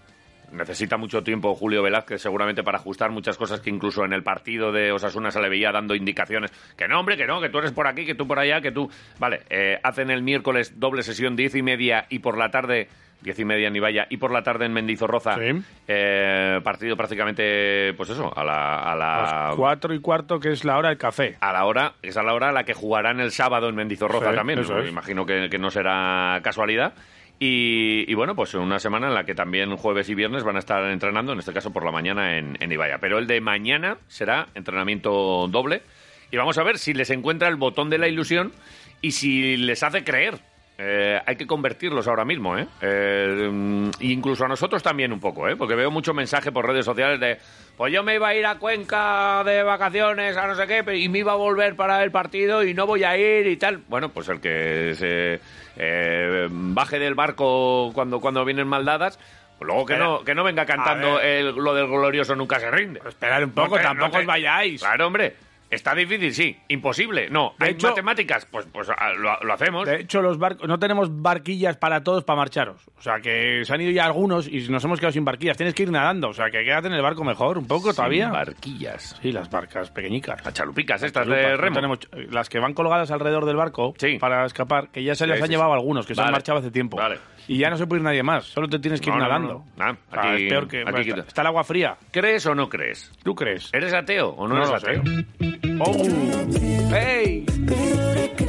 S1: Necesita mucho tiempo Julio Velázquez seguramente para ajustar muchas cosas que incluso en el partido de Osasuna se le veía dando indicaciones. Que no, hombre, que no, que tú eres por aquí, que tú por allá, que tú... Vale, eh, hacen el miércoles doble sesión, diez y media y por la tarde... Diez y media en Ibaya y por la tarde en Mendizorroza.
S2: Sí.
S1: eh, partido prácticamente, pues eso, a la... A la
S2: Las cuatro y cuarto, que es la hora del café.
S1: a la hora, es a la hora a la que jugarán el sábado en Mendizorroza
S2: Sí,
S1: también.
S2: eso
S1: ¿no?
S2: es.
S1: Imagino que, que no será casualidad. Y, y bueno, pues una semana en la que también jueves y viernes van a estar entrenando, en este caso por la mañana en, en Ibaya. Pero el de mañana será entrenamiento doble. Y vamos a ver si les encuentra el botón de la ilusión y si les hace creer. Eh, hay que convertirlos ahora mismo, ¿eh? Eh, mm, Incluso a nosotros también un poco, ¿eh? Porque veo mucho mensaje por redes sociales de, pues yo me iba a ir a Cuenca de vacaciones, a no sé qué, pe- y me iba a volver para el partido y no voy a ir y tal. Bueno, pues el que se eh, baje del barco cuando, cuando vienen maldadas, pues luego que no, que no venga cantando el- lo del glorioso nunca se rinde.
S2: Esperar Pues un poco,
S1: te-
S2: tampoco
S1: te-
S2: os vayáis.
S1: Claro, hombre. Está difícil, sí. Imposible. No.
S2: De
S1: ¿Hay
S2: hecho-
S1: matemáticas? Pues, pues ah, lo, lo hacemos.
S2: De hecho, los barcos no tenemos barquillas para todos para marcharos. O sea, que se han ido ya algunos y nos hemos quedado sin barquillas. Tienes que ir nadando. O sea, que quédate en el barco mejor, un poco todavía.
S1: Sin barquillas.
S2: sí, las barcas pequeñicas.
S1: Las chalupicas estas
S2: Chalupas,
S1: de
S2: no
S1: remo.
S2: tenemos ch- las que van colgadas alrededor del barco
S1: Sí.
S2: para escapar, que ya se las
S1: Sí,
S2: han
S1: sí,
S2: llevado
S1: sí.
S2: algunos, que se han
S1: Vale.
S2: marchado hace tiempo.
S1: Vale.
S2: Y ya no se puede ir nadie más, solo te tienes que ir
S1: No, no,
S2: nadando.
S1: no, no. Ah,
S2: O sea,
S1: aquí-
S2: es peor que...
S1: aquí
S2: bueno, está-
S1: quita.
S2: está el agua fría.
S1: ¿Crees o no crees?
S2: ¿Tú crees?
S1: ¿Eres ateo o no,
S2: No
S1: eres
S2: lo sé.
S1: ateo? Eh,
S2: ¡Oh! ¡Ey!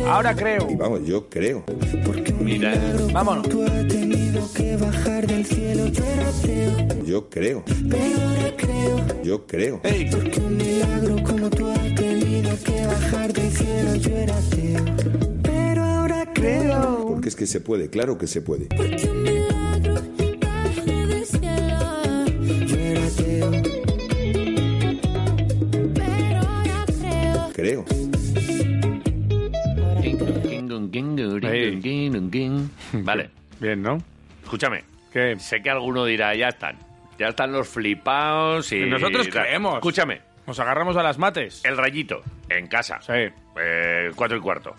S2: Ahora creo.
S7: Vamos, yo creo.
S1: Mira.
S2: Vámonos.
S7: Yo creo. Yo creo.
S2: ¡Ey!
S7: Porque es que se puede, claro que se puede. Creo.
S2: (laughs)
S1: Vale.
S2: Bien, ¿no?
S1: Escúchame.
S2: ¿Qué?
S1: Sé que alguno dirá, ya están. Ya están los flipaos y...
S2: Nosotros
S1: tal.
S2: creemos.
S1: Escúchame.
S2: Nos agarramos a las mates.
S1: El rayito, en casa.
S2: Sí.
S1: Eh, cuatro y cuarto.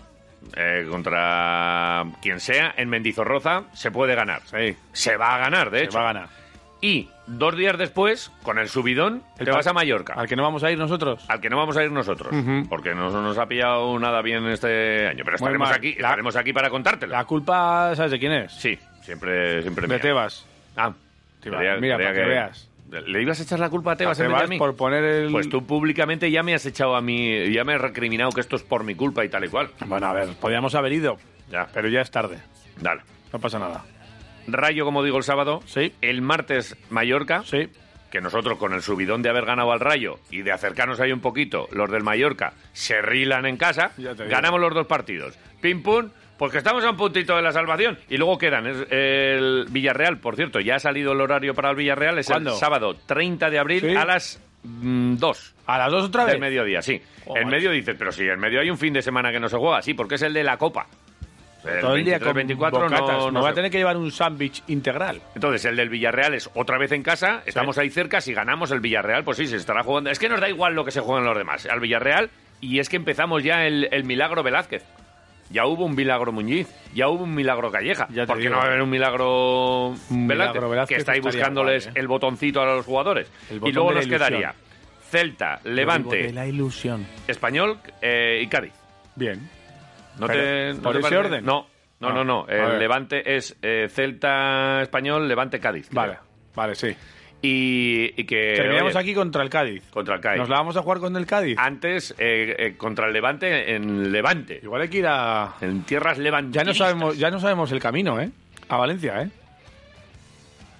S1: Eh, contra quien sea, en Mendizorroza se puede ganar.
S2: Sí.
S1: Se va a ganar, de
S2: Se
S1: hecho.
S2: va a ganar.
S1: Y dos días después, con el subidón,
S2: El
S1: te
S2: pa-
S1: vas a Mallorca.
S2: ¿Al que no vamos a ir nosotros?
S1: Al que no vamos a ir nosotros, porque no nos ha pillado nada bien este año. Pero
S2: Muy
S1: estaremos
S2: mal.
S1: aquí,
S2: La-
S1: estaremos aquí para contártelo.
S2: La culpa, ¿sabes de quién es?
S1: Sí, siempre, siempre
S2: De
S1: mía.
S2: Tebas.
S1: Ah,
S2: Tebas.
S1: creía-
S2: Mira,
S1: creía
S2: para que veas.
S1: ¿Le ibas a echar la culpa a Tebas,
S2: A
S1: en vez de
S2: Tebas
S1: a mí?
S2: por poner el...
S1: Pues tú públicamente ya me has echado a mí, ya me has recriminado que esto es por mi culpa y tal y cual.
S2: Bueno, a ver, podíamos haber ido,
S1: Ya,
S2: pero ya es tarde.
S1: dale.
S2: No pasa nada.
S1: Rayo, como digo, el sábado.
S2: Sí.
S1: El martes, Mallorca.
S2: Sí.
S1: Que nosotros, con el subidón de haber ganado al Rayo y de acercarnos ahí un poquito, los del Mallorca se rilan en casa.
S2: Ya te digo.
S1: Ganamos los dos partidos. Pim pum. Pues que estamos a un puntito de la salvación. Y luego quedan es- el Villarreal, por cierto, ya ha salido el horario para el Villarreal. Es
S2: ¿Cuándo?
S1: el sábado 30 de abril
S2: Sí.
S1: a las 2.
S2: ¿A las dos otra
S1: del
S2: vez?
S1: mediodía, sí.
S2: Joder.
S1: En medio dices, pero si en medio hay un fin de semana que no se juega, sí, porque es el de la Copa. El
S2: Todo el día
S1: 23,
S2: con
S1: 24 no-
S2: bocatas.
S1: no
S2: Me va
S1: sé.
S2: a tener que llevar un sándwich integral.
S1: Entonces, el del Villarreal es otra vez en casa, estamos ahí cerca, si ganamos el Villarreal, pues sí, se estará jugando. Es que nos da igual lo que se juegan los demás, al Villarreal, y es que empezamos ya el, el milagro Velázquez. Ya hubo un milagro Muñiz, ya hubo un milagro Calleja.
S2: Ya te
S1: ¿Por qué
S2: digo.
S1: no va a haber un milagro
S2: Un milagro
S1: Velázquez?
S2: Velázquez
S1: que está ahí
S2: estaría
S1: buscándoles
S2: guay, ¿eh?
S1: el botoncito a los jugadores.
S2: El
S1: Y
S2: botón
S1: luego
S2: de la
S1: nos
S2: ilusión.
S1: quedaría Celta,
S2: Digo, de
S1: Levante,
S2: la ilusión.
S1: Español eh, y Cádiz.
S2: Bien.
S1: ¿No
S2: Pero,
S1: te, no
S2: ¿por
S1: te
S2: ese
S1: parece?
S2: orden?
S1: No, no,
S2: Ah,
S1: no. no.
S2: a
S1: El
S2: ver.
S1: Levante es eh, Celta, Español, Levante, Cádiz. creo.
S2: Vale, vale, sí.
S1: Y, y que.
S2: Terminamos
S1: Eh, oye,
S2: aquí contra el Cádiz.
S1: Contra el Cádiz.
S2: ¿Nos la vamos a jugar con el Cádiz?
S1: Antes, eh, eh, contra el Levante, en Levante.
S2: Igual hay que ir a...
S1: En tierras
S2: Ya
S1: levantinas.
S2: no, sabemos, ya no sabemos el camino, ¿eh? A Valencia, ¿eh?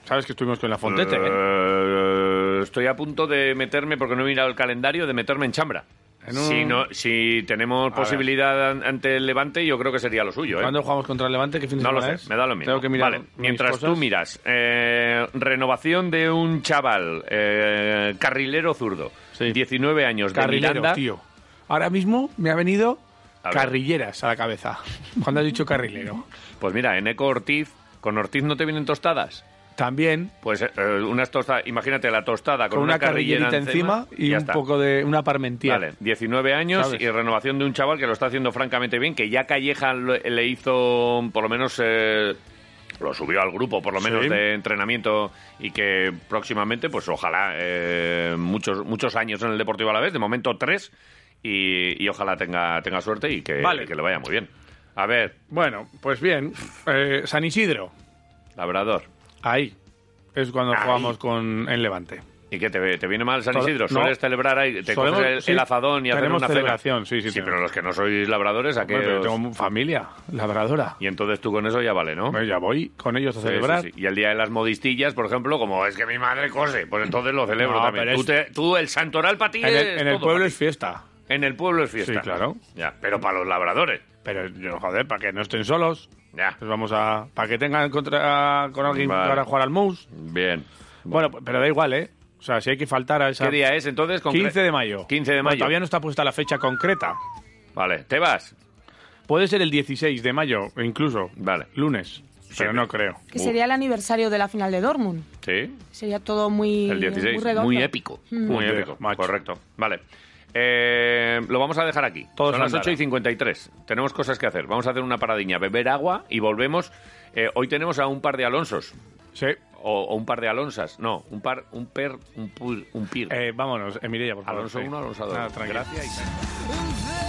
S2: Sabes que estuvimos con la Fontete, ¿eh?
S1: Eh, estoy a punto de meterme, porque no he mirado el calendario, de meterme en chambra.
S2: En un-
S1: Si, no, si tenemos
S2: ver.
S1: posibilidad an- ante el Levante, yo creo que sería lo suyo. ¿eh?
S2: ¿Cuándo jugamos contra el Levante? ¿Qué fin de
S1: No lo
S2: semana
S1: sé,
S2: es?
S1: me da lo mismo.
S2: Tengo que mirar
S1: Vale,
S2: mis
S1: mientras tú
S2: cosas.
S1: miras, eh, renovación de un chaval, eh, carrilero zurdo,
S2: Sí.
S1: 19 años, de
S2: Carrilero,
S1: Miranda.
S2: tío. Ahora mismo me ha venido
S1: A ver.
S2: carrilleras a la cabeza. Cuando has dicho carrilero.
S1: Pues mira, en Eco Ortiz, ¿con Ortiz no te vienen tostadas?
S2: También
S1: Pues eh, eh, unas tostadas, imagínate la tostada con,
S2: con una
S1: carrillera
S2: carrillerita encima y
S1: ya
S2: un
S1: está.
S2: poco de una parmentía.
S1: Vale, 19 años
S2: ¿Sabes?
S1: y renovación de un chaval que lo está haciendo francamente bien, que ya Calleja lo- eh, le hizo, por lo menos, eh, lo subió al grupo, por lo menos,
S2: Sí.
S1: de entrenamiento y que próximamente, pues ojalá, eh, muchos, muchos años en el Deportivo a la vez, de momento tres, y, y ojalá tenga, tenga suerte y que,
S2: Vale.
S1: y que le vaya muy bien. A ver,
S2: Bueno, pues bien. Eh, San Isidro,
S1: Labrador,
S2: ahí es cuando
S1: Ahí.
S2: jugamos con en Levante.
S1: ¿y qué te, te viene mal San
S2: No,
S1: Isidro?
S2: no.
S1: ¿Sueles celebrar ahí? ¿Te
S2: Solemos-
S1: coges el,
S2: sí,
S1: el azadón y hacer
S2: tenemos
S1: una cena?
S2: celebración, sí, sí,
S1: Sí,
S2: tenemos.
S1: pero los que no sois labradores, ¿a qué
S2: Hombre, pero
S1: os-
S2: tengo familia labradora.
S1: Y entonces tú con eso ya vale, ¿no?
S2: Bueno, ya voy con ellos a
S1: Sí,
S2: celebrar.
S1: sí, sí. Y el día de las modistillas, por ejemplo, como es que mi madre cose, pues entonces lo celebro
S2: No,
S1: también.
S2: pero
S1: Tú,
S2: es-
S1: te- tú, el santoral para ti
S2: En el,
S1: es
S2: en el
S1: todo
S2: pueblo
S1: pa'
S2: es
S1: ti.
S2: fiesta.
S1: En el pueblo es fiesta.
S2: Sí, claro.
S1: Ya, pero para los labradores.
S2: Pero, yo, joder, para que no estén solos.
S1: Ya.
S2: Pues vamos a. Para que tengan contra, con alguien
S1: Vale.
S2: para jugar al mouse.
S1: Bien.
S2: Bueno, pero da igual, ¿eh? O sea, si hay que faltar a esa.
S1: ¿Qué día es entonces? Concre-
S2: 15 de mayo.
S1: 15 de
S2: Bueno,
S1: mayo.
S2: todavía no está puesta la fecha concreta.
S1: Vale, ¿te vas?
S2: Puede ser el 16 de mayo, incluso.
S1: Vale.
S2: Lunes. Pero
S1: Sí, pero-
S2: no creo.
S4: Que sería el aniversario de la final de Dortmund.
S1: Sí.
S4: Sería todo muy,
S1: El 16.
S4: muy
S1: Muy,
S4: redondo. Mm.
S1: épico. Muy
S2: Joder,
S1: épico.
S2: macho.
S1: Correcto. Vale. Eh, lo vamos a dejar aquí.
S2: Todos
S1: Son las
S2: andar.
S1: 8 y 53. Tenemos cosas que hacer. Vamos a hacer una paradiña, beber agua y volvemos. Eh, hoy tenemos a un par de Alonsos.
S2: Sí.
S1: O, o un par de Alonsas. No, un par, un per, un pur, un pir.
S2: Eh, vámonos, Emilia, por favor.
S1: Alonso
S2: Sí.
S1: 1, Alonso 2.
S2: Nada, tranquila.
S1: Gracias. y-